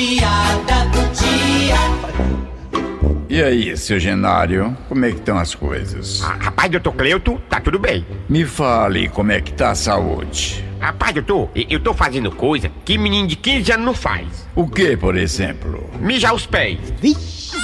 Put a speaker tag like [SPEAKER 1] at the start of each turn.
[SPEAKER 1] piada do dia.
[SPEAKER 2] E aí, seu Genário, como é que estão as coisas?
[SPEAKER 3] Ah, Rapaz, doutor Cleuto, tá tudo bem.
[SPEAKER 2] Me fale como é que tá a saúde.
[SPEAKER 3] Rapaz, doutor, e- eu tô fazendo coisa que menino de 15 anos não faz.
[SPEAKER 2] O que, por exemplo?
[SPEAKER 3] Mijar os pés.